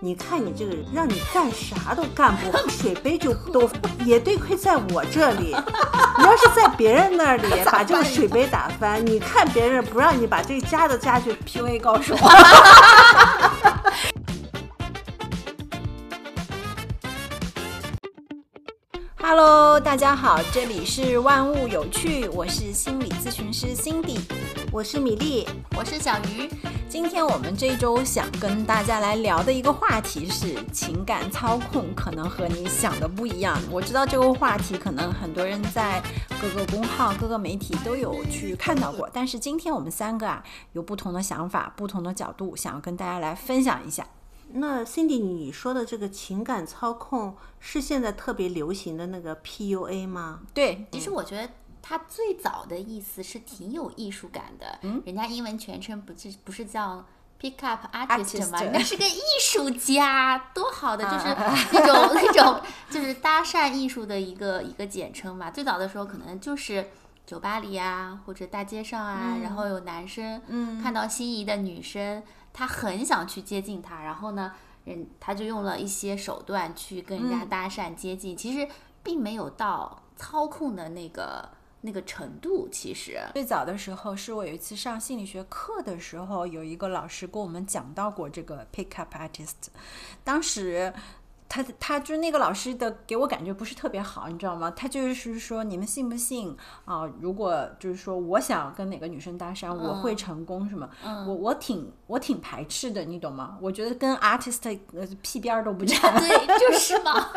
你看你这个人，让你干啥都干不好，水杯就都也得亏在我这里。你要是在别人那里把这个水杯打翻，你看别人不让你把这家的家具 PUA 高手。Hello，大家好，这里是万物有趣，我是心理咨询师 Cindy，我是米粒，我是小鱼。今天我们这周想跟大家来聊的一个话题是情感操控，可能和你想的不一样。我知道这个话题可能很多人在各个公号、各个媒体都有去看到过，但是今天我们三个啊有不同的想法、不同的角度，想要跟大家来分享一下。那 Cindy，你说的这个情感操控是现在特别流行的那个 PUA 吗？对，其实我觉得它最早的意思是挺有艺术感的，嗯、人家英文全称不是不是叫 pick up artist 吗？ Artist 人家是个艺术家，多好的，就是那种 那种就是搭讪艺术的一个一个简称嘛。最早的时候可能就是。酒吧里啊，或者大街上啊，然后有男生、看到心仪的女生，他很想去接近她，然后呢，人他就用了一些手段去跟人家搭讪接近，其实并没有到操控的那个那个程度，其实。最早的时候，是我有一次上心理学课的时候，有一个老师跟我们讲到过这个 pickup artist。当时他他就是那个老师的，给我感觉不是特别好，你知道吗？他就是说，你们信不信啊、如果就是说我想跟哪个女生搭讪，我会成功什么？我我挺我挺排斥的，你懂吗？我觉得跟 artist 呃屁边儿都不沾。对，就是嘛，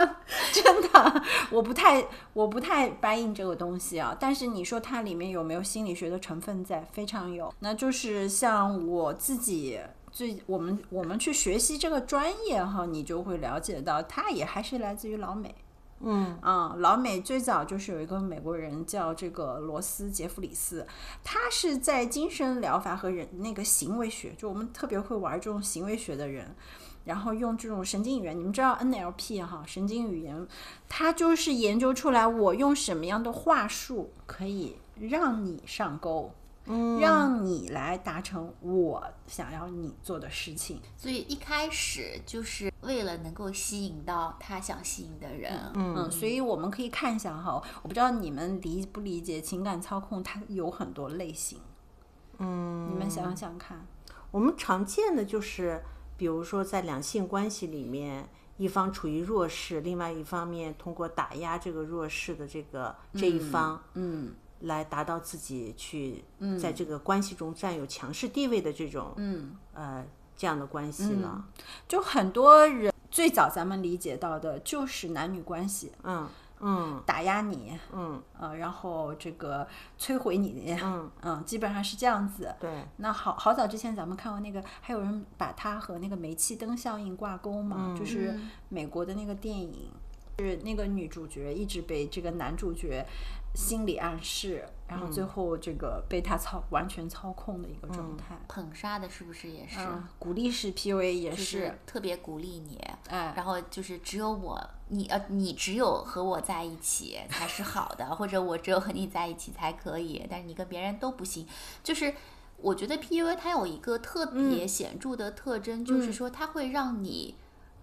真的， 我不太我不太 buy in 这个东西啊。但是你说它里面有没有心理学的成分在？非常有。那就是像我自己最我们我们去学习这个专业哈，你就会了解到，它也还是来自于老美。嗯，啊、老美最早就是有一个美国人叫这个罗斯杰弗里斯，他是在精神疗法和人那个行为学，就我们特别会玩这种行为学的人，然后用这种神经语言，你们知道 NLP 哈，神经语言，他就是研究出来我用什么样的话术可以让你上钩。让你来达成我想要你做的事情，所以一开始就是为了能够吸引到他想吸引的人，嗯，所以我们可以看一下哈，我不知道你们理不理解情感操控，它有很多类型。嗯，你们想想看，我们常见的就是，比如说在两性关系里面，一方处于弱势，另外一方面通过打压这个弱势的这个这一方，嗯，来达到自己去在这个关系中占有强势地位的这种，嗯，呃，这样的关系了，就很多人最早咱们理解到的就是男女关系，嗯嗯打压你，嗯呃，然后这个摧毁你，嗯，嗯，基本上是这样子。对，那好好早之前咱们看过那个，还有人把它和那个煤气灯效应挂钩嘛，就是美国的那个电影，就是那个女主角一直被这个男主角心理暗示，然后最后这个被他操完全操控的一个状态。捧杀的是不是也是？啊鼓励式 PUA 也，就是特别鼓励你，哎然后就是只有我，你呃，你只有和我在一起才是好的，或者我只有和你在一起才可以，但是你跟别人都不行。就是我觉得 PUA 它有一个特嗯别显著的特征，就是说它会让你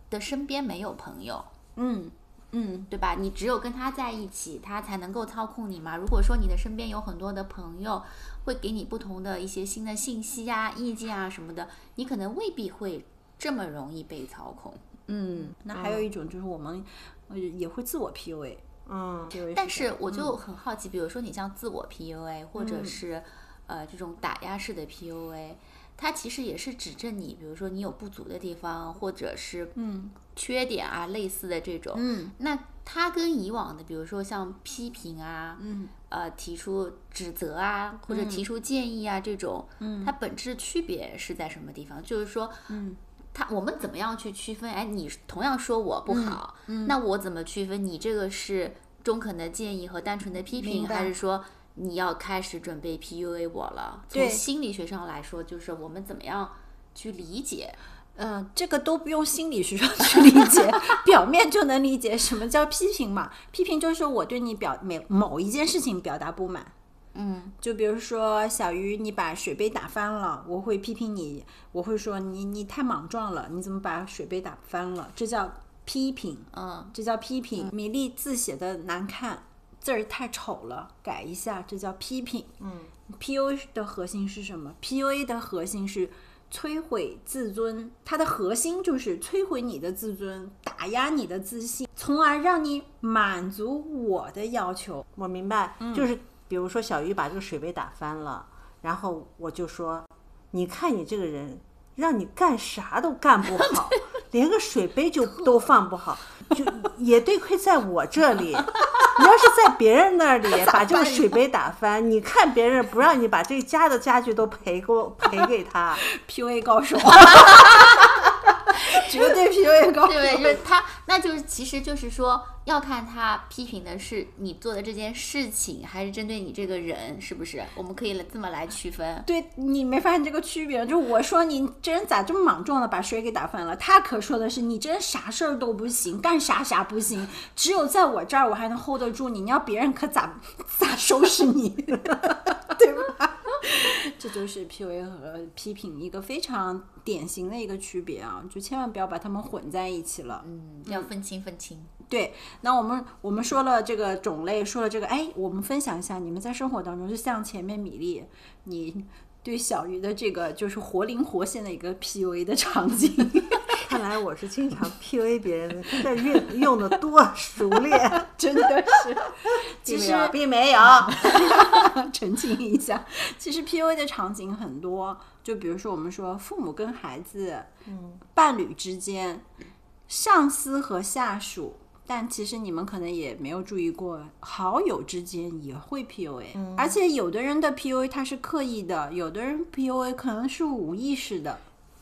的身边没有朋友。嗯嗯，对吧？你只有跟他在一起，他才能够操控你嘛。如果说你的身边有很多的朋友，会给你不同的一些新的信息啊、意见啊什么的，你可能未必会这么容易被操控。嗯。那还有一种就是我们呃也会自我 PUA，嗯但是我就很好奇，比如说你像自我 PUA，或者是、呃这种打压式的 PUA，它其实也是指正你，比如说你有不足的地方，或者是嗯缺点啊类似的这种。嗯那它跟以往的，比如说像批评啊，嗯，呃，提出指责啊，或嗯者提出建议啊、这种，嗯，它本质区别是在什么地方？就是说，嗯。它我们怎么样去区分？哎，你同样说我不嗯好，那我怎么区分？你这个是中肯的建议和单纯的批评，明白还是说你要开始准备 PUA 我了？从对心理学上来说，就是我们怎么样去理解？嗯，这个都不用心理学上去理解， 表面就能理解什么叫批评嘛。批评就是我对你表每某一件事情表达不满，嗯就比如说小鱼，你把水杯打翻了，我会批评你，我会说你你太莽撞了，你怎么把水杯打翻了？这叫批评，嗯，这叫批评。米粒字写的难看，字儿太丑了，改一下，这叫批评。嗯 PUA 的核心是什么？PUA 的核心是摧毁自尊，它的核心就是摧毁你的自尊，打压你的自信，从而让你满足我的要求。我明白，就是比如说小鱼把这个水杯打翻了，然后我就说，你看你这个人，让你干啥都干不好，连个水杯就都放不好，就也对亏在我这里。你要是在别人那里把这个水杯打翻，你看别人不让你把这家的家具都赔给我赔给他， PUA 高手，绝对 PUA 高手。 对，就是他，那就是其实就是说，要看他批评的是你做的这件事情，还是针对你这个人，是不是？我们可以来这么来区分。对你没发现这个区别？就我说你这人咋这么莽撞的把水给打翻了？他可说的是你这人啥事儿都不行，干啥啥不行，只有在我这儿我还能 hold 得住你，你要别人可咋咋收拾你， 对吧？ 这就是 PUA 和批评一个非常典型的一个区别啊，就千万不要把它们混在一起了。嗯，要分清分清。对，那我们我们说了这个种类，说了这个，哎，我们分享一下你们在生活当中，就像前面米粒，你对小鱼的这个就是活灵活现的一个 PUA 的场景， 看来我是经常 PUA 别人的，这运用的多熟练，真的 是，其并实没有 并没有。 澄清一下，其实 PUA 的场景很多，就比如说我们说父母跟孩子，嗯，伴侣之间，上司和下属。但其实你们可能也没有注意过，好友之间也会 PUA，、而嗯且有的人的 PUA 他是刻意的，有的人 PUA 可能是无意识的。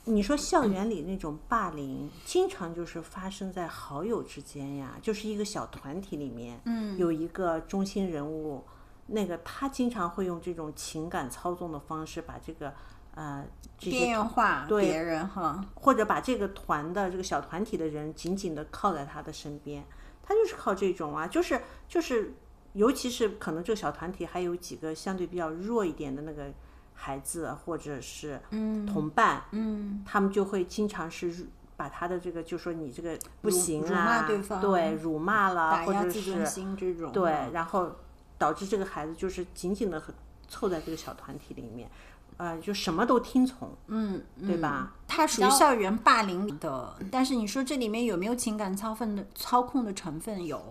你说校园里那种霸凌，经常就是发生在好友之间呀，就是一个小团体里面，嗯，有一个中心人物，那个他经常会用这种情感操纵的方式，把这个呃这边些缘化对别人哈，或者把这个团的这个小团体的人紧紧的靠在他的身边，他就是靠这种啊，就是就是，尤其是可能这个小团体还有几个相对比较弱一点的那个孩子啊或者是同伴，嗯，他们就会经常是把他的这个就说你这个不行啊，辱骂对方辱骂了，嗯打或压者自尊是心这种，对，然后导致这个孩子就是紧紧的凑在这个小团体里面，呃，就什么都听从，嗯，对吧？它属于校园霸凌里的，但是你说这里面有没有情感操分的操控的成分？有，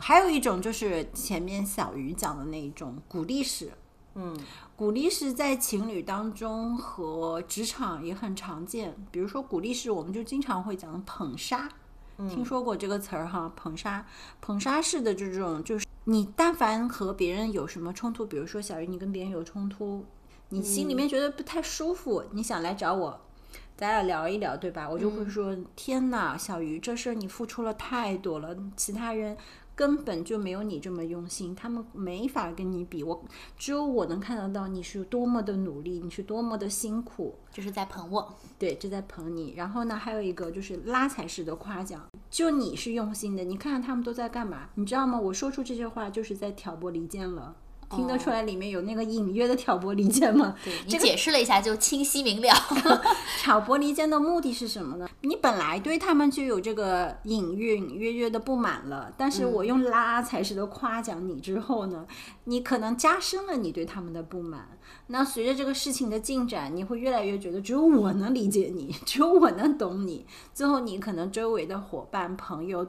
还有一种就是前面小鱼讲的那一种鼓励式，嗯，鼓励式在情侣当中和职场也很常见，比如说鼓励式，我们就经常会讲捧杀，听说过这个词儿哈，捧杀，捧杀式的这种就是你但凡和别人有什么冲突，比如说小鱼你跟别人有冲突，你心里面觉得不太舒服，你想来找我。咱俩聊一聊，对吧？我就会说，天哪，小鱼，这事儿你付出了太多了，其他人根本就没有你这么用心，他们没法跟你比。我只有我能看得到你是多么的努力，你是多么的辛苦，就是在捧我，对，这在捧你。然后呢，还有一个就是拉踩式的夸奖，就你是用心的，你看看他们都在干嘛，你知道吗？我说出这些话就是在挑拨离间了。听得出来里面有那个隐约的挑拨离间吗？对你解释了一下就清晰明了。 挑拨离间的目的是什么呢？你本来对他们就有这个隐约隐约约的不满了，但是我用拉才是的夸奖你之后呢，你可能加深了你对他们的不满。那随着这个事情的进展，你会越来越觉得只有我能理解你， 只有我能懂你。最后，你可能周围的伙伴、朋友，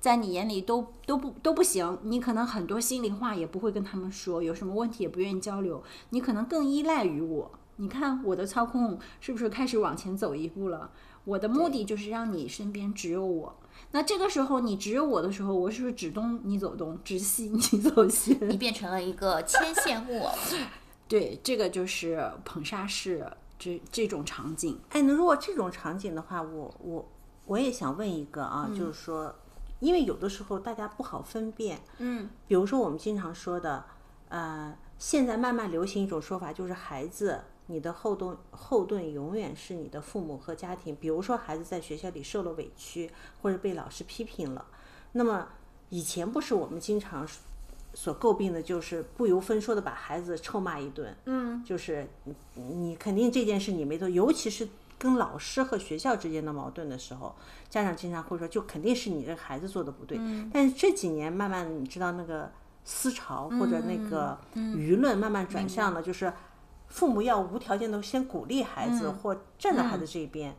在你眼里都都不都不行，你可能很多心里话也不会跟他们说，有什么问题也不愿意交流，你可能更依赖于我。你看我的操控是不是开始往前走一步了？我的目的就是让你身边只有我。那这个时候你只有我的时候，我是不是只东你走东，只西你走西？你变成了一个牵线木偶，对，这个就是捧杀式这这种场景。哎，那如果这种场景的话，我我我也想问一个啊，嗯就是说，因为有的时候大家不好分辨，嗯比如说我们经常说的，呃，现在慢慢流行一种说法，就是孩子，你的后盾后盾永远是你的父母和家庭。比如说孩子在学校里受了委屈，或者被老师批评了，那么以前不是我们经常所诟病的就是不由分说的把孩子臭骂一顿，嗯，就是你你肯定这件事你没做，尤其是跟老师和学校之间的矛盾的时候，家长经常会说，就肯定是你这孩子做的不对。但是这几年慢慢的，你知道那个思潮或者那个舆论慢慢转向了，就是父母要无条件的先鼓励孩子或站在孩子这一边。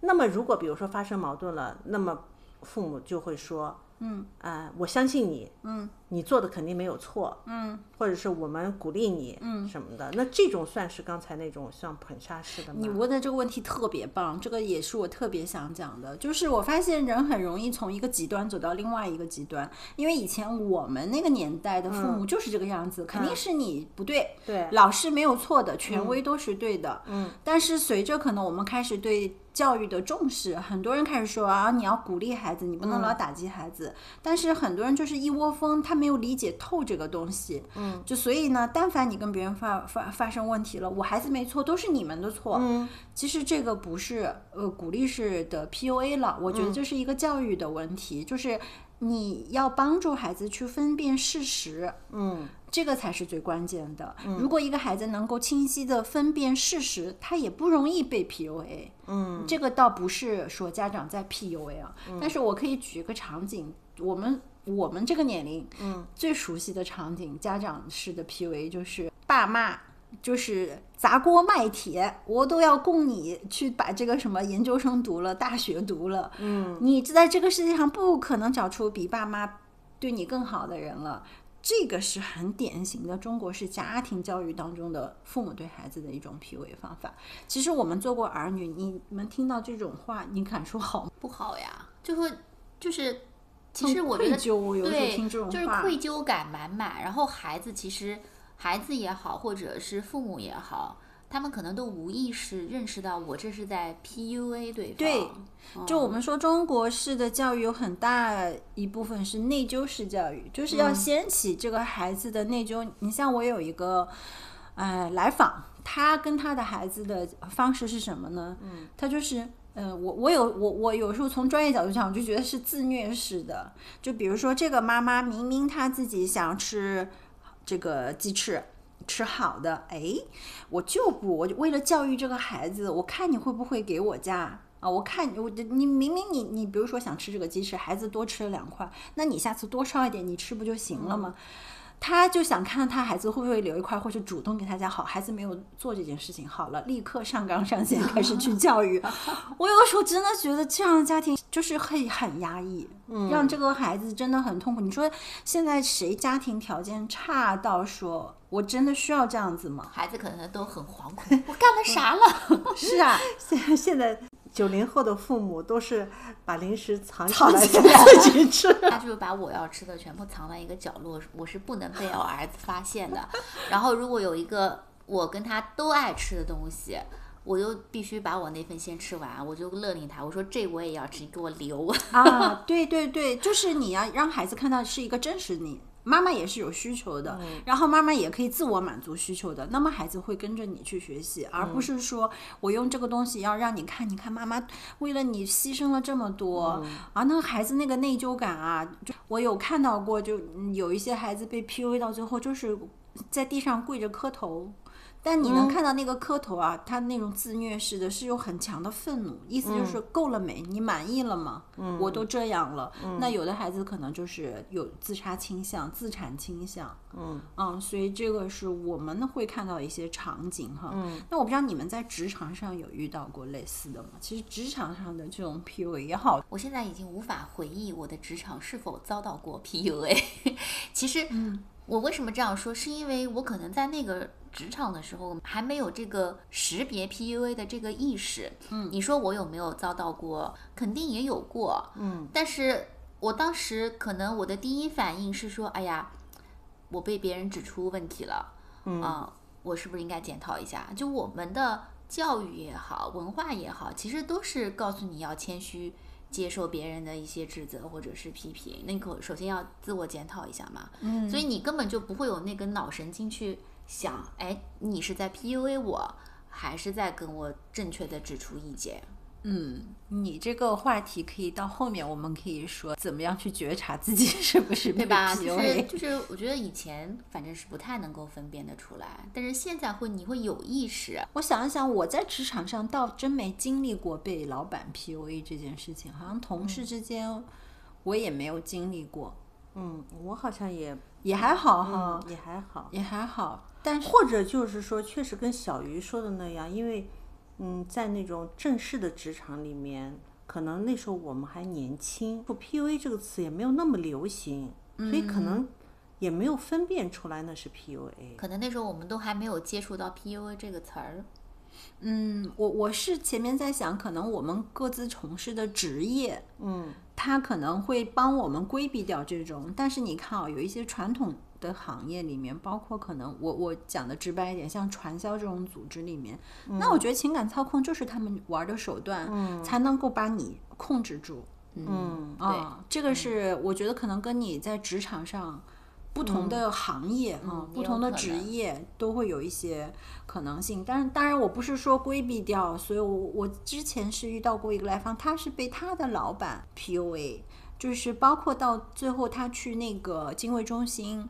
那么如果比如说发生矛盾了，那么父母就会说，嗯，啊，我相信你，嗯，你做的肯定没有错，嗯，或者是我们鼓励你，嗯，什么的。那这种算是刚才那种像捧杀式的吗？你问的这个问题特别棒，这个也是我特别想讲的。就是我发现人很容易从一个极端走到另外一个极端，因为以前我们那个年代的父母就是这个样子，肯定是你不对，对老师没有错的，权威都是对的，嗯。但是随着可能我们开始对教育的重视，很多人开始说啊，你要鼓励孩子，你不能老打击孩子。但是很多人就是一窝蜂，他没有理解透这个东西，嗯，就所以呢，但凡你跟别人发发发生问题了，我孩子没错，都是你们的错，嗯，其实这个不是呃鼓励式的 PUA 了，我觉得这是一个教育的问题，就是你要帮助孩子去分辨事实，嗯，这个才是最关键的。如果一个孩子能够清晰的分辨事实，他也不容易被 PUA。嗯，这个倒不是说家长在 PUA 啊，但是我可以举一个场景，我们我们这个年龄，嗯，最熟悉的场景，家长式的 PUA 就是爸骂。就是砸锅卖铁，我都要供你去把这个什么研究生读了，大学读了，嗯，你在这个世界上不可能找出比爸妈对你更好的人了。这个是很典型的中国式家庭教育当中的父母对孩子的一种 PUA 方法。其实我们做过儿女，你们听到这种话，你敢说好吗？不好呀，就会就是，其实我觉愧得疚，我有时候对，听这种话，就是愧疚感满满。然后孩子其实，孩子也好，或者是父母也好，他们可能都无意识认识到我这是在 PUA 对方。对嗯，就我们说中国式的教育有很大一部分是内疚式教育，就是要掀起这个孩子的内疚。你像我有一个，呃，来访，他跟他的孩子的方式是什么呢？嗯，他就是。嗯，我我有我我有时候从专业角度讲，我就觉得是自虐式的。就比如说，这个妈妈明明她自己想吃这个鸡翅，吃好的，哎，我就不，我就为了教育这个孩子，我看你会不会给我家啊？我看我你明明你你比如说想吃这个鸡翅，孩子多吃了两块，那你下次多烧一点，你吃不就行了吗？他就想看他孩子会不会留一块，或者主动给他家好。孩子没有做这件事情，好了，立刻上纲上线开始去教 育。我有的时候真的觉得这样的家庭就是很很压抑，让这个孩子真的很痛苦。你说现在谁家庭条件差到说我真的需要这样子吗？孩子可能都很惶恐，我干了啥了？ 是啊，现现在九零后的父母都是把零食藏起藏来起给来自 己吃。他就是把我要吃的全部藏在一个角落，我是不能被我儿子发现的。然后如果有一个我跟他都爱吃的东西，我就必须把我那份先吃完，我就勒令他，我说这我也要吃，你给我留。 啊，对对对，就是你要让孩子看到是一个真实你。妈妈也是有需求的，然后妈妈也可以自我满足需求的，那么孩子会跟着你去学习，而不是说我用这个东西要让你看，你看妈妈为了你牺牲了这么多、啊，那个孩子那个内疚感啊，就我有看到过，就嗯有一些孩子被 PUA 到最后就是在地上跪着磕头，但你能嗯看到那个磕头啊，他那种自虐式的，是有很强的愤怒，意思嗯就是够了没？你满意了吗？我都这样了。嗯那有的孩子可能就是有自杀倾向、自残倾向，嗯所以这个是我们会看到一些场景哈。嗯那我不知道你们在职场上有遇到过类似的吗？其实职场上的这种 PUA 也好，我现在已经无法回忆我的职场是否遭到过 PUA。其实，我为什么这样说，是因为我可能在那个职场的时候还没有这个识别 PUA 的这个意识。嗯，你说我有没有遭到过？肯定也有过。嗯，但是我当时可能我的第一反应是说，哎呀，我被别人指出问题了。嗯啊，我是不是应该检讨一下？就我们的教育也好，文化也好，其实都是告诉你要谦虚，接受别人的一些指责或者是批评。那你可首先要自我检讨一下嘛。嗯，所以你根本就不会有那根脑神经去想，哎，你是在 PUA 我，还是在跟我正确的指出意见？嗯，你这个话题可以到后面我们可以说怎么样去觉察自己是不是被对吧？就 PUA 是就是，我觉得以前反正是不太能够分辨得出来，但是现在会你会有意识，我想一想，我在职场上倒真没经历过被老板 PUA 这件事情，好像同事之间我也没有经历过，嗯，我好像也也还好哈，也还好，也还好。但是或者就是说，确实跟小鱼说的那样，因为嗯，在那种正式的职场里面，可能那时候我们还年轻，PUA 这个词也没有那么流行，所以可能也没有分辨出来那是 PUA。可能那时候我们都还没有接触到 PUA 这个词儿。嗯，我我是前面在想，可能我们各自从事的职业，嗯，它可能会帮我们规避掉这种。但是你看啊、有一些传统的行业里面，包括可能我我讲的直白一点，像传销这种组织里面，那我觉得情感操控就是他们玩的手段，才能够把你控制住。嗯啊、这个是我觉得可能跟你在职场上不同的行业啊、嗯不也有同的可职能业都会有一些可能性。但是当然，我不是说规避掉，所以我我之前是遇到过一个来访，他是被他的老板 PUA，就是包括到最后他去那个精卫中心。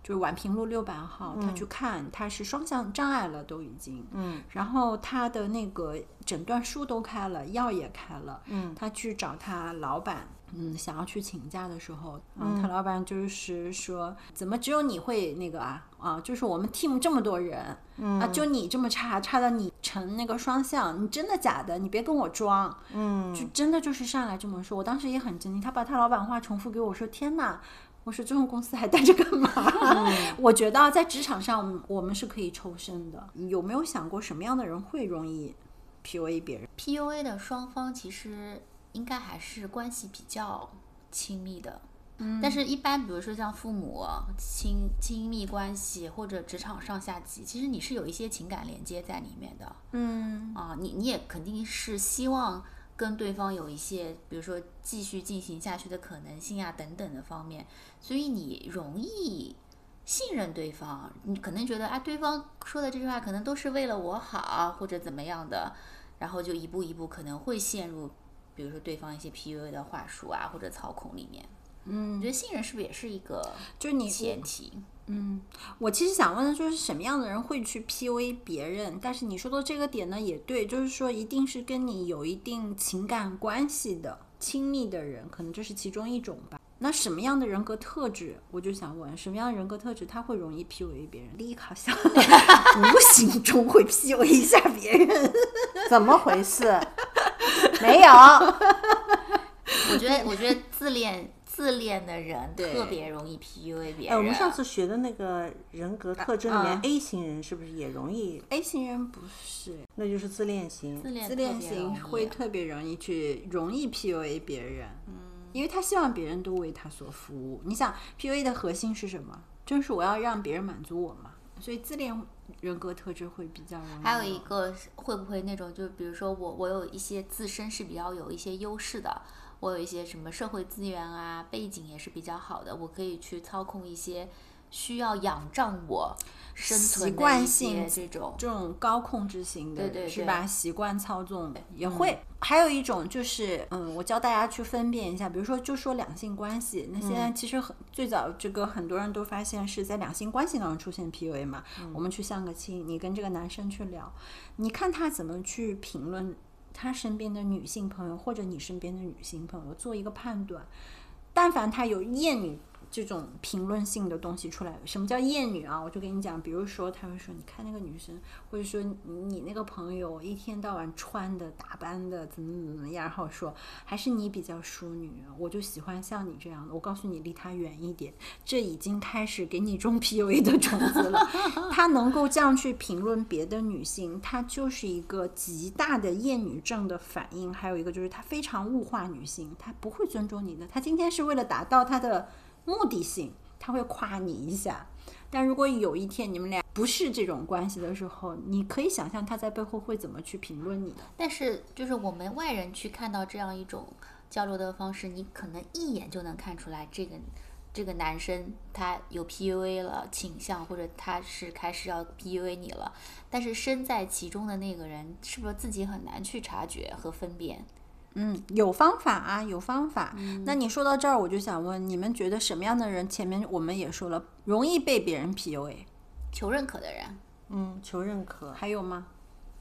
就是宛平路六百号，他嗯去看，他是双向障碍了，都已经，嗯，然后他的那个诊断书都开了，药也开了，嗯，他去找他老板，嗯，想要去请假的时候，然后他老板就是说，怎么只有你会那个啊啊，就是我们 team 这么多人，嗯、啊，就你这么差，差到你成那个双向，你真的假的？你别跟我装，嗯，就真的就是上来这么说，我当时也很震惊，他把他老板话重复给我说，天哪！我说这种公司还待着干嘛？ 我觉得啊在职场上，我们我们是可以抽身的。有没有想过什么样的人会容易 PUA 别人？ PUA 的双方其实应该还是关系比较亲密的，嗯，但是一般比如说像父母啊亲亲密关系或者职场上下级，其实你是有一些情感连接在里面的嗯啊，你你也肯定是希望跟对方有一些，比如说继续进行下去的可能性啊等等的方面，所以你容易。信任对方，你可能觉得啊，对方说的这句话可能都是为了我好，或者怎么样的，然后就一步一步可能会陷入，比如说对方一些 PUA 的话术啊，或者操控里面。嗯你觉得信任是不是也是一个就是你前提？ 嗯，我其实想问的就是什么样的人会去 PUA 别人？但是你说的这个点呢，也对，就是说一定是跟你有一定情感关系的亲密的人，可能这是其中一种吧。那什么样的人格特质，我就想问，什么样的人格特质他会容易 PUA 别人？立刻想， 无形中会 PUA 一下别人。怎么回事？ 没有，我觉得，我觉得自恋自恋的人对特别容易 PUA 别人。哎，我们上次学的那个人格特征里面啊，A 型人是不是也容易？ A 型人不是，那就是自恋型。自恋自特恋别型容易嗯会特别容易去容易 PUA 别人，因为他希望别人都为他所服务。你想 PUA 的核心是什么？正是我要让别人满足我嘛。所以自恋人格特质会比较容易。还有一个是会不会那种，就比如说我，我有一些自身是比较有一些优势的，我有一些什么社会资源啊，背景也是比较好的，我可以去操控一些需要仰仗我生存习的惯一性些这种。这种高控制型的，对对嗯是对吧？习惯操纵也会。还有一种就是，嗯，我教大家去分辨一下，比如说就说两性关系，那现嗯在其实很、最早这个很多人都发现是在两性关系当中出现 PUA 嘛。嗯我们去相个亲，你跟这个男生去聊，你看他怎么去评论他身边的女性朋友或者你身边的女性朋友，做一个判断。但凡他有厌女这种评论性的东西出来，什么叫厌女啊？我就跟你讲，比如说他会说，你看那个女生，或者说你你那个朋友一天到晚穿的、打扮的怎么怎么样，然后说还是你比较淑女，我就喜欢像你这样的。我告诉你，离他远一点，这已经开始给你种 PUA 的种子了。他能够这样去评论别的女性，他就是一个极大的厌女症的反应。还有一个就是他非常物化女性，他不会尊重你的。他今天是为了达到他的目的性，他会夸你一下。但如果有一天你们俩不是这种关系的时候，你可以想象他在背后会怎么去评论你。但是就是我们外人去看到这样一种交流的方式，你可能一眼就能看出来这个。这个男生他有 PUA 了倾向，或者他是开始要 PUA 你了，但是身在其中的那个人是不是自己很难去察觉和分辨？嗯，有方法啊，有方法。那你说到这儿，我就想问，你们觉得什么样的人？前面我们也说了，容易被别人 PUA，求认可的人，嗯，求认可，还有吗？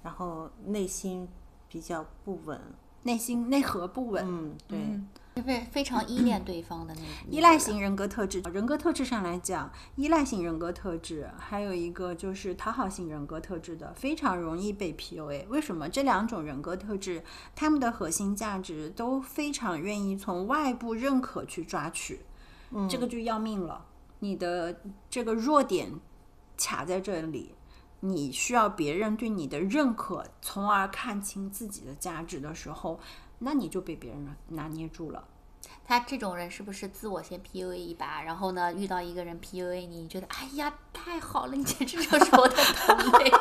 然后内心比较不稳，内心内核不稳，嗯，对，非非常依恋对方的那那依个赖人型人格特质，人格特质上来讲，依赖型人格特质，还有一个就是讨好型人格特质的，非常容易被 PUA。为什么？这两种人格特质，他们的核心价值都非常愿意从外部认可去抓取，这个就要命了。你的这个弱点卡在这里，你需要别人对你的认可，从而看清自己的价值的时候，那你就被别人拿捏住了。他这种人是不是自我先 PUA 一把，然后呢，遇到一个人 PUA 你，你觉得哎呀太好了，你简直就是我的同类。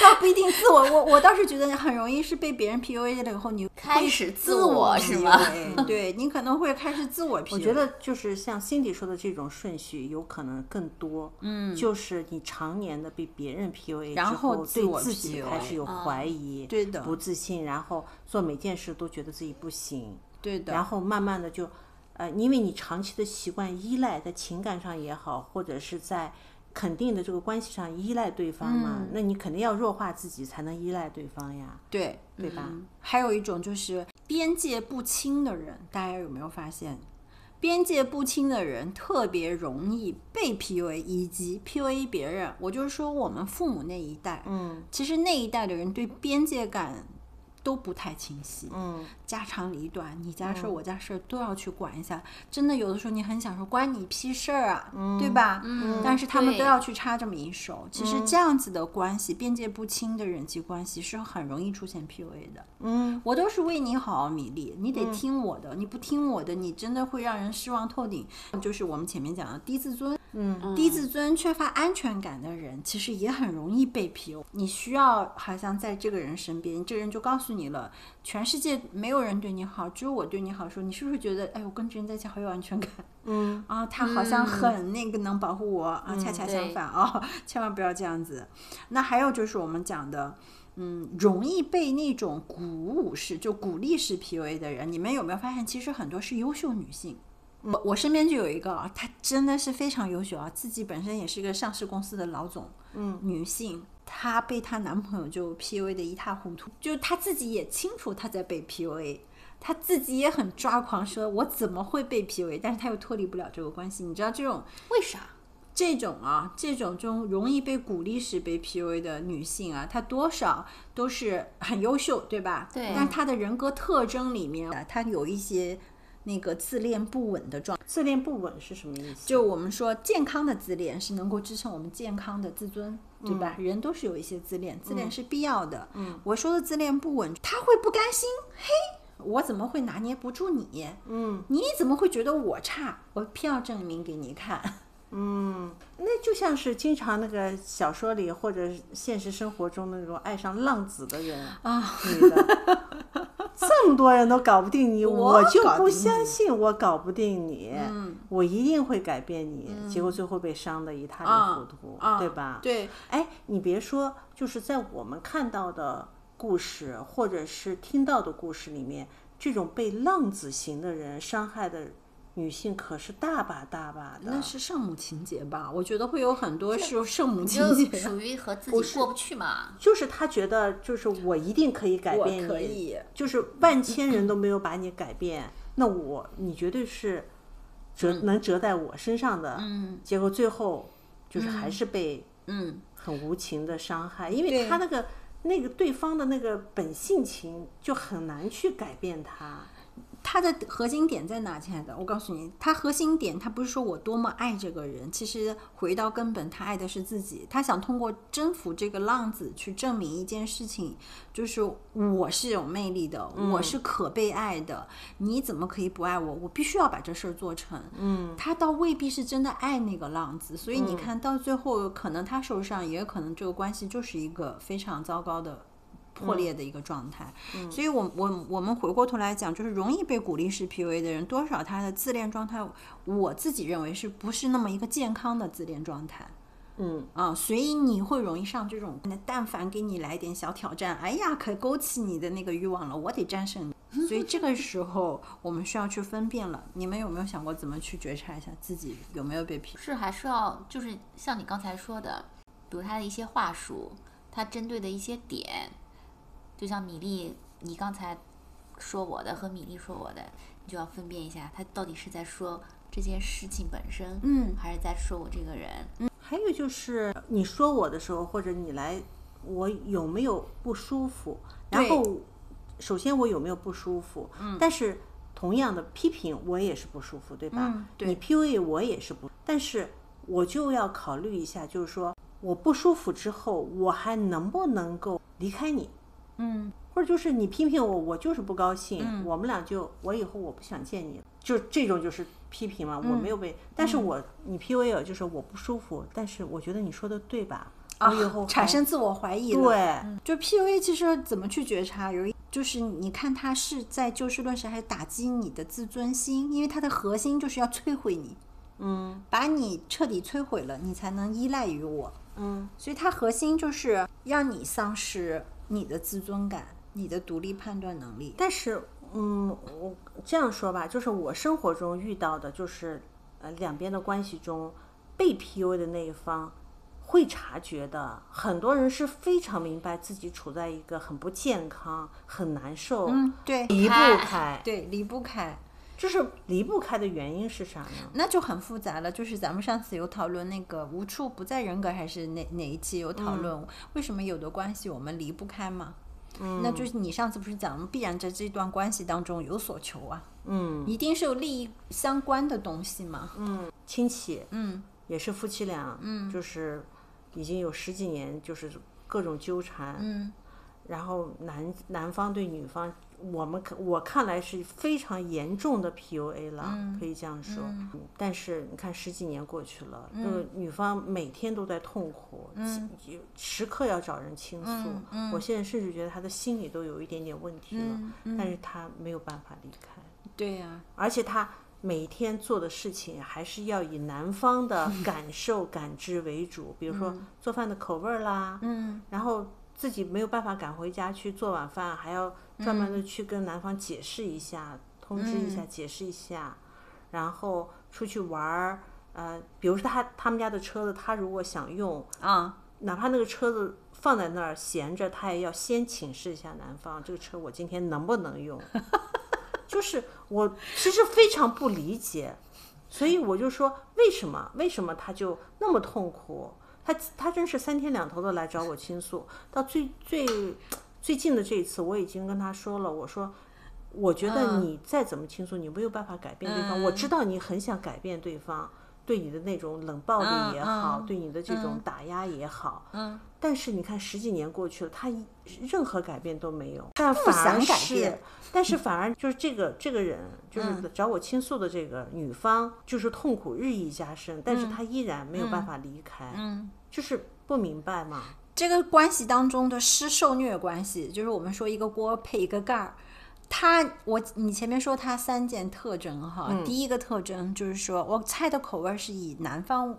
倒不一定自我，我我倒是觉得很容易是被别人 PUA 了以后，你会开始自我我是吗 PUA 对你可能会开始自我 PUA。我觉得就是像 Cindy 说的这种顺序，有可能更多。嗯，就是你常年的被别人 PUA 然之后后，自对我自己 PUA 开始有怀疑，嗯对的不自信，然后做每件事都觉得自己不行，对的，然后慢慢的就，呃，因为你长期的习惯依赖，在情感上也好，或者是在肯定的这个关系上依赖对方嘛，嗯那你肯定要弱化自己才能依赖对方呀，对对吧？还有一种就是边界不清的人，大家有没有发现？边界不清的人特别容易被 PUA 以及 PUA 别人。我就是说，我们父母那一代，嗯，其实那一代的人对边界感都不太清晰，嗯，家长里短，你家事儿我家事儿都要去管一下。真的，有的时候你很想说关你屁事儿啊，对吧？嗯但是他们对都要去插这么一手。其实这样子的关系，边界不清的人际关系是很容易出现 PUA 的。嗯，我都是为你好，米粒，你得听我的，你不听我的，你真的会让人失望透顶。就是我们前面讲的低自尊， 嗯，低自尊缺乏安全感的人，其实也很容易被 PU。你需要好像在这个人身边，这个人就告诉你了，全世界没有人对你好，只有我对你好的时候，说你是不是觉得，哎，我跟这人在一起好有安全感？嗯，啊，他好像很那个能保护我、啊， 恰恰相对反哦，千万不要这样子。那还有就是我们讲的。嗯，容易被那种鼓舞式、就鼓励式 PUA 的人，你们有没有发现，其实很多是优秀女性？我我身边就有一个啊，她真的是非常优秀啊，自己本身也是个上市公司的老总，嗯，女性，她被她男朋友就 PUA 的一塌糊涂，就她自己也清楚她在被 PUA，她自己也很抓狂，说我怎么会被 PUA？但是她又脱离不了这个关系，你知道这种为啥？这种啊，这种就容易被鼓励式被 PUA 的女性啊，她多少都是很优秀，对吧？对但她的人格特征里面啊，她有一些那个自恋不稳的状态。自恋不稳是什么意思？就我们说，健康的自恋是能够支撑我们健康的自尊，对嗯吧？人都是有一些自恋，自恋是必要的。嗯，我说的自恋不稳，他会不甘心，嘿，我怎么会拿捏不住你？嗯，你怎么会觉得我差？我偏要证明给你看。那就像是经常那个小说里或者现实生活中那种爱上浪子的人啊，女的， 这么多人都搞不定你，我我就搞不定你相信我搞不定你，我一定会改变你，结果最后被伤得一塌啊糊涂，啊对吧？ 对，哎，你别说，就是在我们看到的故事，或者是听到的故事里面，这种被浪子型的人伤害的女性可是大把大把的。那是圣母情节吧？我觉得会有很多是圣母情就节。啊属于和自己过不去嘛。就是他觉得，就是我一定可以改我变你，可以就是万千人都没有把你改变，那我你绝对是折嗯能折在我身上的，嗯，结果最后就是还是被嗯，很无情的伤害，因对为他那个那个对方的那个本性情就很难去改变他，它的核心点在哪，亲爱的？我告诉你，它核心点，它不是说我多么爱这个人，其实回到根本，他爱的是自己。他想通过征服这个浪子去证明一件事情，就是我是有魅力的，我是可被爱的。你怎么可以不爱我？我必须要把这事儿做成。嗯，他倒未必是真的爱那个浪子，所以你看到最后，可能他受伤，也可能这个关系就是一个非常糟糕的破裂的一个状态。嗯所以我我我们回过头来讲，就是容易被鼓励式 PUA 的人，多少他的自恋状态，我自己认为是不是那么一个健康的自恋状态。嗯啊，所以你会容易上这种，那但凡给你来点小挑战，哎呀，可勾起你的那个欲望了，我得战胜你。所以这个时候，我们需要去分辨了。你们有没有想过怎么去觉察一下自己有没有被 P？是还是要就是像你刚才说的，比如他的一些话术，他针对的一些点，就像米粒，你刚才说我的和米粒说我的，你就要分辨一下，他到底是在说这件事情本身，嗯还是在说我这个人，还有就是你说我的时候，或者你来，我有没有不舒服？然对后，首先我有没有不舒服？嗯，但是同样的批评我也是不舒服，对吧？嗯对你 PUA 我也是不，但是我就要考虑一下，就是说我不舒服之后，我还能不能够离开你？嗯，或者就是你批评我，我就是不高兴，我们俩就我以后我不想见你了，就这种就是批评嗯嘛，我没有被，但是我你 PUA 我就是我不舒服，但是我觉得你说的对吧？我以后还啊嗯产生自我怀疑了。嗯对，就 PUA 其实怎么去觉察？有一就是你看他是在就事论事，还是打击你的自尊心？因为它的核心就是要摧毁你，嗯把你彻底摧毁了，你才能依赖于我。嗯所以它核心就是让你丧失你的自尊感、你的独立判断能力。但是嗯，我这样说吧，就是我生活中遇到的，就是呃两边的关系中被 PUA 的那一方。会察觉的，很多人是非常明白自己处在一个很不健康、很难受、嗯，对离不开开，对，离不开，就是离不开的原因是啥呢？那就很复杂了。就是咱们上次有讨论那个无处不在人格，还是哪哪一期有嗯讨论、为什么有的关系我们离不开嘛？嗯那就是你上次不是讲，必然在这段关系当中有所求啊，嗯，一定是有利益相关的东西嘛。亲戚嗯也是夫妻俩，嗯，就是已经有十几年，就是各种纠缠，嗯然后男男方对女方，我们看我看来是非常严重的 PUA 了，嗯可以这样说。嗯但是你看十几年过去了，嗯那个女方每天都在痛苦，就时刻要找人倾诉。嗯我现在甚至觉得她的心理都有一点点问题了，但嗯是她没有办法离开。嗯对呀、而且他每天做的事情还是要以男方的感受、感知为主，比如说做饭的口味儿啦，嗯，然后自己没有办法赶回家去做晚饭，还要专门的去跟男方解释一下、通知一下、解释一下，然后出去玩儿，呃，比如说他他们家的车子，他如果想用，啊，哪怕那个车子放在那儿闲着，他也要先请示一下男方，这个车我今天能不能用？ 就是我其实非常不理解，所以我就说为什么为什么他就那么痛苦？他他真是三天两头的来找我倾诉，到最最最近的这一次，我已经跟他说了，我说。我觉得你再怎么倾诉，你没有办法改变对方。我知道你很想改变对方，对你的那种冷暴力也好，嗯对你的这种打压也好，嗯，但是你看，十几年过去了，他一任何改变都没有，但不反而想改是变，嗯但是反而就是这个这个人，就是找我倾诉的这个女方，就是痛苦日益加深，但是她依然没有办法离开，嗯。就是不明白嘛。这个关系当中的施受虐关系，就是我们说一个锅配一个盖儿。他，我你前面说他三件特征哈，嗯第一个特征就是说我菜的口味儿是以南方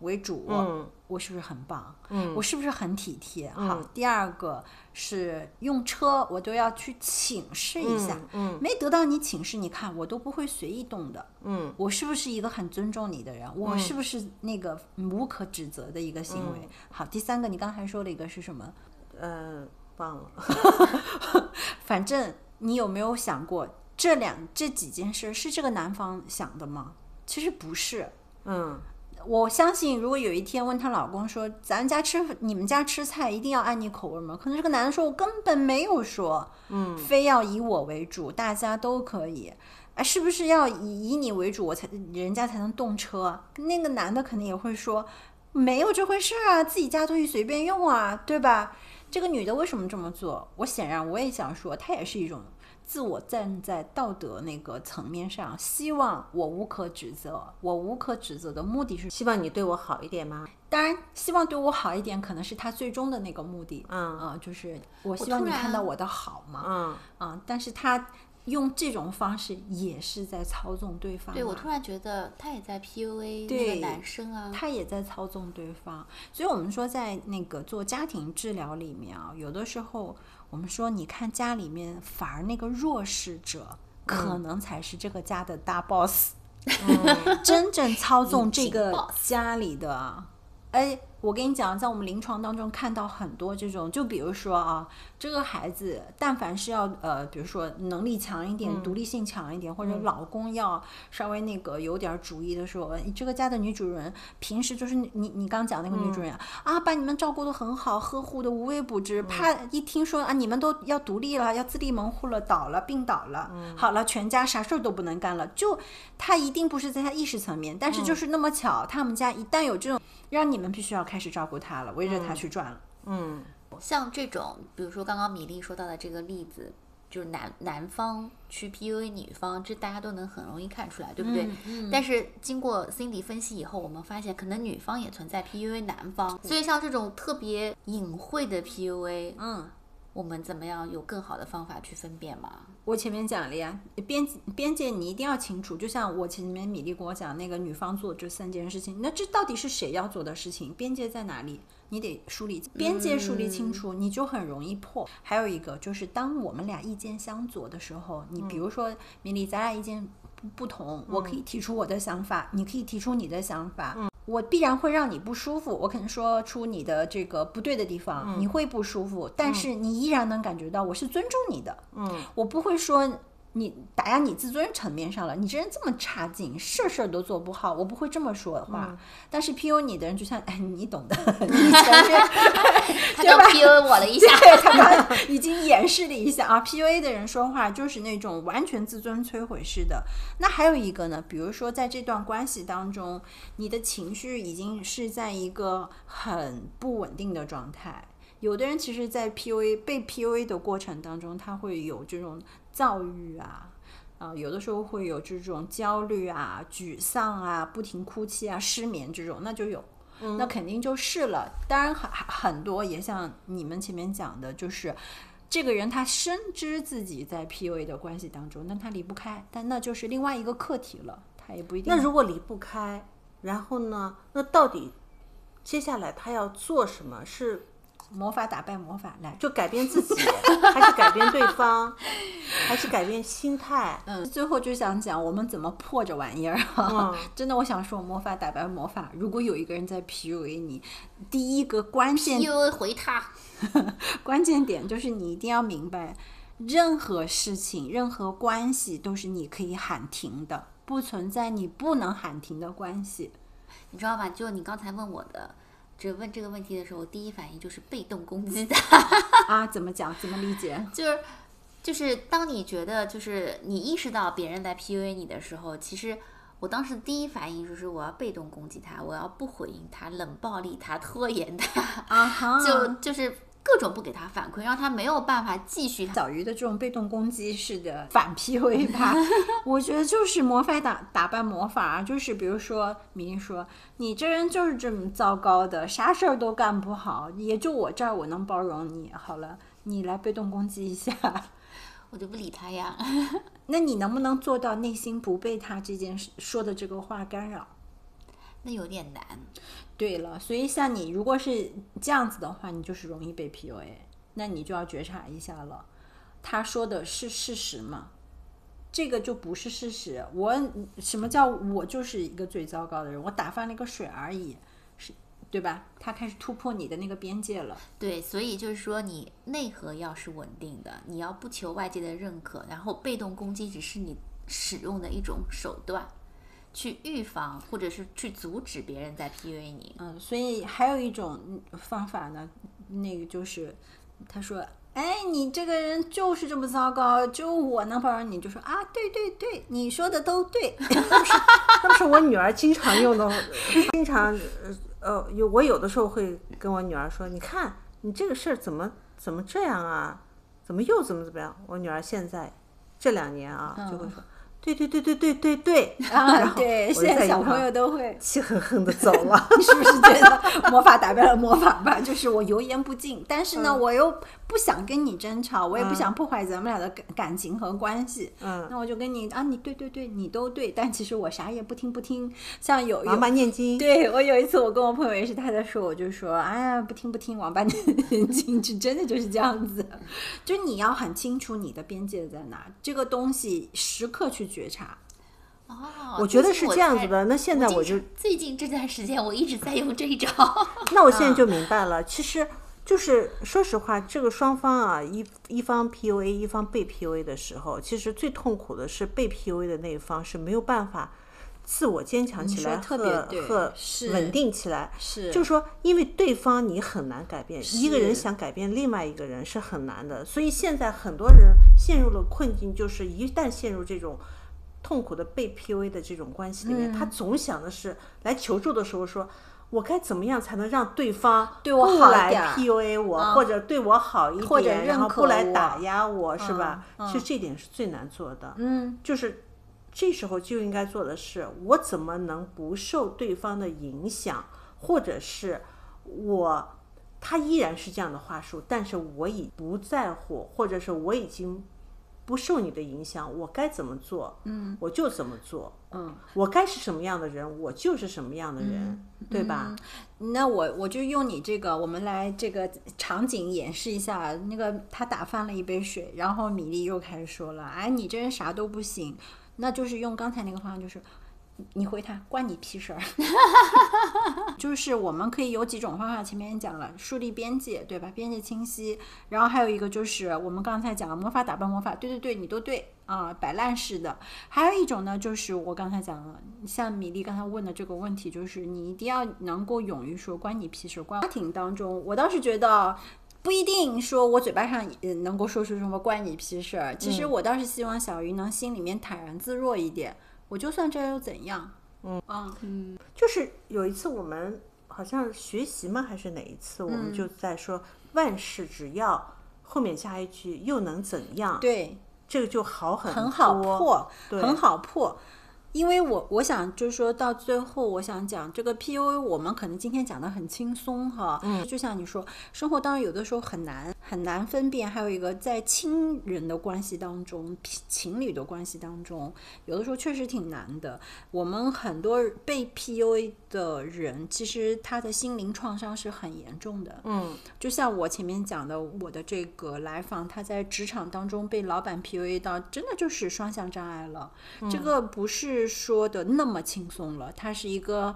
为主，嗯我是不是很棒？嗯我是不是很体贴？嗯好，第二个是用车我都要去请示一下，嗯没得到你请示，你看我都不会随意动的。嗯我是不是一个很尊重你的人？我是不是那个无可指责的一个行嗯为？好，第三个，你刚才说了一个是什么？呃，忘了， 反正你有没有想过，这两这几件事是这个男方想的吗？其实不是。嗯我相信，如果有一天问她老公说：“咱家吃你们家吃菜一定要按你口味吗？”可能这个男的说：“我根本没有说，嗯，非要以我为主，大家都可以。”啊，是不是要以以你为主，我才人家才能动车？那个男的肯定也会说：“没有这回事啊，自己家东西随便用啊，对吧？”这个女的为什么这么做？我显然我也想说，她也是一种自我站在道德那个层面上，希望我无可指责。我无可指责的目的是，希望你对我好一点吗？当然希望对我好一点，可能是他最终的那个目的。嗯啊、就是我希突望你然看到我的好嘛。嗯，啊、但是他用这种方式也是在操纵对方嘛。啊对我突然觉得他也在 PUA 那对个男生啊，他也在操纵对方，所以我们说，在那个做家庭治疗里面啊，有的时候我们说，你看家里面反而那个弱势者，嗯可能才是这个家的大 boss，、真 正操纵这嗯 隐形个 boss 家里的。哎，我跟你讲，在我们临床当中看到很多这种，就比如说啊，这个孩子但凡是要呃，比如说能力强一点、独立性强一点，或者老公要稍微那个有点主意的时候，哎这个家的女主人平时就是你你刚讲那个女主人、啊，把你们照顾的很好，呵护的无微不至，怕一听说啊你们都要独立了，要自立门户了，倒了，病倒了，好了，全家啥事儿都不能干了，就他一定不是在他意识层面，但是就是那么巧，他们家一旦有这种，让你们必须要开始照顾他了，围着他去转了。像这种，比如说刚刚米粒说到的这个例子，就是男男方去 PUA 女方，这大家都能很容易看出来，对不对？嗯但是经过 Cindy 分析以后，我们发现可能女方也存在 PUA 男方，所以像这种特别隐晦的 PUA，嗯，我们怎么样有更好的方法去分辨 吗？我前面讲了呀，边边界你一定要清楚。就像我前面米粒跟我讲那个女方做这三件事情，那这到底是谁要做的事情？边界在哪里？你得梳理边界，梳理清楚，你就很容易破。还有一个就是，当我们俩意见相左的时候，你比如说米粒，咱俩意见不不同，我可以提出我的想法，你可以提出你的想法。我必然会让你不舒服，我可能说出你的这个不对的地方，你会不舒服，但是你依然能感觉到我是尊重你的，嗯，我不会说你打压你自尊层面上了，你这人这么差劲，事儿事儿都做不好，我不会这么说话。但是 PU 你的人就像，哎，你懂的， 你以前是他就 PUA 我了一下，对他刚刚已经演示了一下啊。PUA 的人说话就是那种完全自尊摧毁式的。那还有一个呢，比如说在这段关系当中，你的情绪已经是在一个很不稳定的状态。有的人其实，在 PUA 被 PUA 的过程当中，他会有这种躁郁啊。啊，有的时候会有这种焦虑啊、沮丧啊、不停哭泣啊、失眠这种，那就有。那肯定就是了。当然很很多也像你们前面讲的，就是这个人他深知自己在 PUA 的关系当中，但他离不开，但那就是另外一个课题了，他也不一定。那如果离不开，然后呢？那到底接下来他要做什么？是魔法打败魔法来，就改变自己，还是改变对方， 还是改变心态？嗯，最后就想讲我们怎么破这玩意儿、啊。 真的，我想说魔法打败魔法。如果有一个人在 PUA 你，第一个关键 PUA 回他，关键点就是你一定要明白，任何事情、任何关系都是你可以喊停的，不存在你不能喊停的关系。你知道吧？就你刚才问我的。这问这个问题的时候，我第一反应就是被动攻击他，啊，怎么讲？怎么理解？就是就是当你觉得就是你意识到别人在 PUA 你的时候，其实我当时第一反应就是我要被动攻击他，我要不回应他，冷暴力他，拖延他，啊哈，就就是各种不给他反馈，让他没有办法继续他。小鱼的这种被动攻击式的反 PUA 吧，我觉得就是魔法打打败魔法啊，就是比如说米粒说你这人就是这么糟糕的，啥事儿都干不好，也就我这儿我能包容你。好了，你来被动攻击一下。 我就不理他呀。 那你能不能做到内心不被他这件事说的这个话干扰？那有点难，对了，所以像你如果是这样子的话，你就是容易被 PUA，那你就要觉察一下了，他说的是事实吗？这个就不是事实。我什么叫我就是一个最糟糕的人？我打翻了一个水而已，是对吧？他开始突破你的那个边界了。对，所以就是说你内核要是稳定的，你要不求外界的认可，然后被动攻击只是你使用的一种手段，去预防或者是去阻止别人在 PUA 你。嗯，所以还有一种嗯方法呢，那个就是他说：“哎，你这个人就是这么糟糕，只有我能包容你。”就说啊，对对对，你说的都对。那不是我女儿经常用的，经常呃呃，有我有的时候会跟我女儿说，你看你这个事儿怎么怎么这样啊，怎么又怎么怎么样？我女儿现在这两年啊，就会说，对对对对对对对， 然嗯啊，后对，我就现在在小银朋行友都会。气哼哼的走了。你 是不是觉得魔法打败了魔法吧？就是我油盐不进，但是呢，我又不想跟你争吵，我也不想破坏咱们俩的感感情和关系。嗯那我就跟你啊，你对对对，你都对，但其实我啥也不听不听。像 有妈有妈念经，对我有一次，我跟我朋友也是，他在说，我就说，哎呀，不听不听，王八蛋 进去，真的就是这样子。就你要很清楚你的边界在哪，这个东西时刻去觉察。哦，我觉得最近是这样子在的。那现在我就经常最近这段时间我一直在用这一招，那我现在就明白了，其实就是说实话，这个双方啊，一一方 PUA，一方被 PUA 的时候，其实最痛苦的是被 PUA 的那一方是没有办法自我坚强起来说特别和对和是稳定起来。是就是说，因为对方你很难改变，一个人是想改变另外一个人是很难的，所以现在很多人陷入了困境，就是一旦陷入这种痛苦的被 PUA 的这种关系里嗯面，他总想的是来求助的时候说。我该怎么样才能让对方对我不好一来点儿嗯 PUA 我，或者对我好一点，或者认然后可不来我打压我，是吧？嗯其实这点是最难做的。嗯，就是这时候就应该做的是，我怎么能不受对方的影响，或者是我他依然是这样的话术，但是我已不在乎，或者是我已经不受你的影响，我该怎么做，嗯，我就怎么做，嗯，我该是什么样的人，我就是什么样的人，嗯对吧？那我我就用你这个，我们来这个场景演示一下。那个他打翻了一杯水，然后米粒又开始说了：“哎，你这人啥都不行。”那就是用刚才那个方案，就是你你回他关你屁事儿。就是我们可以有几种方法，前面也讲了，树立边界，对吧？边界清晰。然后还有一个就是我们刚才讲了魔法打败魔法，对对对，你都对啊、摆烂式的。还有一种呢，就是我刚才讲了，像米粒刚才问的这个问题，就是你一定要能够勇于说关你屁事。关家庭当中，我倒是觉得。不一定说我嘴巴上也能够说出什么关你屁事儿。其实我倒是希望小鱼能心里面坦然自若一点。我就算这样又怎样？嗯啊，就是有一次我们好像学习嘛，还是哪一次，我嗯们就在说万事只要后面加一句又能怎样，对，这个就好很很很好破，对很好破。因为我我想就是说到最后，我想讲这个 PUA，我们可能今天讲的很轻松哈，嗯，就像你说，生活当然有的时候很难很难分辨，还有一个在亲人的关系当中，情情侣的关系当中，有的时候确实挺难的。我们很多被 PUA 的人，其实他的心灵创伤是很严重的，嗯，就像我前面讲的，我的这个来访，他在职场当中被老板 PUA 到，真的就是双向障碍了。这个不是说的那么轻松了，它是一个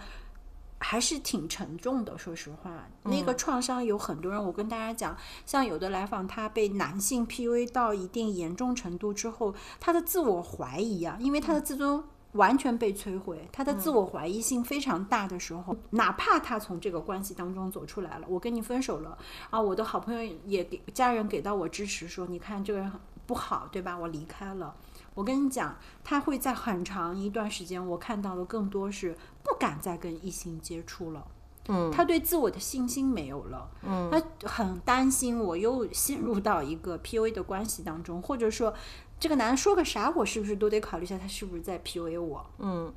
还是挺沉重的。说实话，那个创伤有很多人，我跟大家讲，像有的来访，他被男性 PUA 到一定严重程度之后，他的自我怀疑啊，因为他的自尊。完全被摧毁，他的自我怀疑性非常大的时候，哪怕他从这个关系当中走出来了，我跟你分手了啊，我的好朋友也给家人给到我支持，说你看这个人很不好，对吧？我离开了。我跟你讲，他会在很长一段时间，我看到的更多是不敢再跟异性接触了。嗯，他对自我的信心没有了，嗯，他很担心我又陷入到一个 PUA 的关系当中，或者说这个男的说个啥，我是不是都得考虑一下他是不是在 PUA 我？嗯，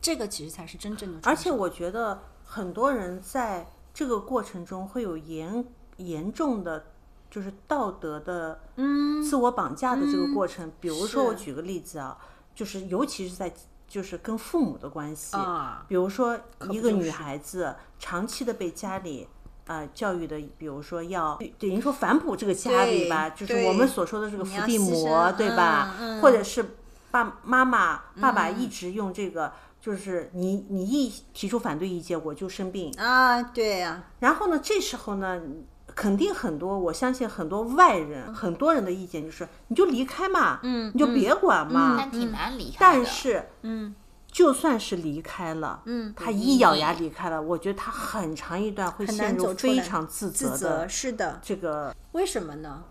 这个其实才是真正的而创且伤，我觉得很多人在这个过程中会有严严重的，就是道德的，嗯，自我绑架的这个过程。比如说，嗯是我举个例子啊，就是尤其是在就是跟父母的关系，啊比如说一个就女是孩子长期的被家里。啊、教育的，比如说要等于说反哺这个家里吧，对就是对我们所说的这个你伏要地牺魔，牲对吧？嗯嗯嗯或者是爸妈妈、爸爸一直用这个，就是你你一提出反对意见，我就生病。啊，对呀、然后呢，这时候呢，肯定很多，我相信很多外嗯人、很多人的意见就是，你就离开嘛，嗯，你就别管 嗯嘛。但挺难离开的。但是，嗯，就算是离开了，嗯，他一咬牙离开了，我觉得他很长一段会很难陷入走出来非常自责自责的是的，这个为什么呢？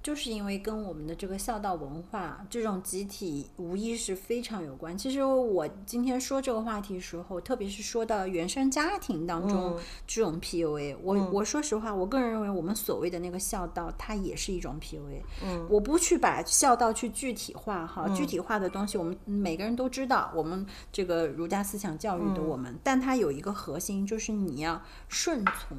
就是因为跟我们的这个孝道文化这种集体无意识非常有关。其实我今天说这个话题的时候，特别是说到原生家庭当中、嗯这种 PUA，我、我说实话，我个人认为我们所谓的那个孝道，它也是一种 PUA。嗯，我不去把孝道去具体化哈，嗯具体化的东西我们每个人都知道，我们这个儒家思想教育的嗯我们，但它有一个核心，就是你要顺从。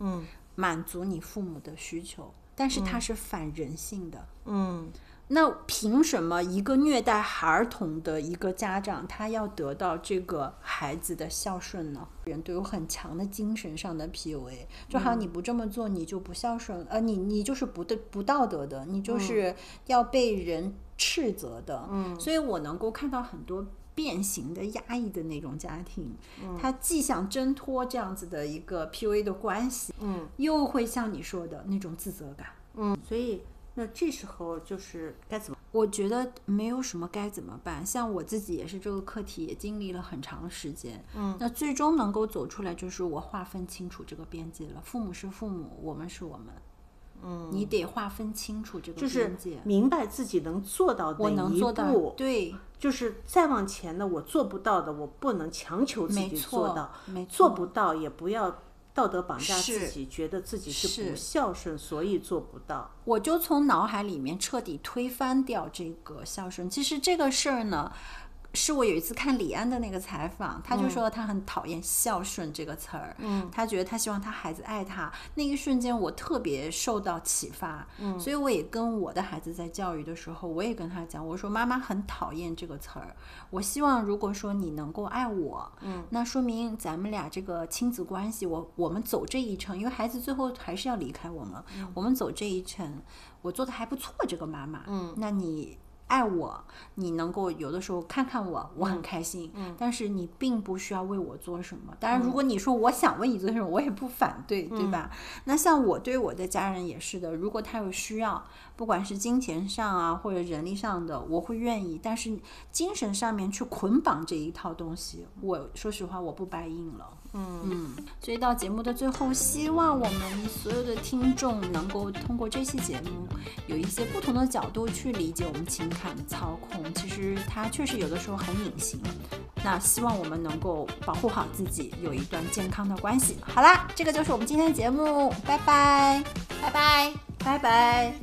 嗯满足你父母的需求，但是它是反人性的。嗯那凭什么一个虐待儿童的一个家长，他要得到这个孩子的孝顺呢？人都有很强的精神上的 PUA，就好像你不这么做，你就不孝顺，呃，你你就是不对不道德的，你就是要被人斥责的。嗯，所以我能够看到很多。变形的压抑的那种家庭，他既想挣脱这样子的一个 PUA 的关系，嗯，又会像你说的那种自责感。嗯，所以那这时候就是该怎么？我觉得没有什么该怎么办，像我自己也是这个课题，也经历了很长时间。嗯，那最终能够走出来，就是我划分清楚这个边界了。父母是父母，我们是我们。嗯，你得划分清楚这个就是边界。明白自己能做到我的能一做到，步，对，就是再往前的我做不到的，我不能强求自没己错做到，没做错不到也不要道德绑架是自己，觉得自己是是不孝顺，所以做不到。我就从脑海里面彻底推翻掉这个孝顺。其实这个事儿呢，是我有一次看李安的那个采访，他就说他很讨厌“孝顺”这个词儿，嗯，他觉得他希望他孩子爱他。那一瞬间，我特别受到启发，嗯，所以我也跟我的孩子在教育的时候，我也跟他讲，我说妈妈很讨厌这个词儿，我希望如果说你能够爱我，嗯，那说明咱们俩这个亲子关系，我我们走这一程，因为孩子最后还是要离开我们，我们走这一程，我做的还不错，这个妈妈，嗯，那你。爱我，你能够有的时候看看我，我很开心。嗯，但是你并不需要为我做什么。当然，如果你说我想为你做什么，我也不反对，对吧？那像我对我的家人也是的，如果他有需要，不管是金钱上啊或者人力上的，我会愿意。但是精神上面去捆绑这一套东西，我说实话我不白应了。嗯嗯，所以到节目的最后，希望我们所有的听众能够通过这期节目，有一些不同的角度去理解我们情感的操控。其实它确实有的时候很隐形。那希望我们能够保护好自己，有一段健康的关系。好啦，这个就是我们今天的节目，拜拜，拜拜。拜拜。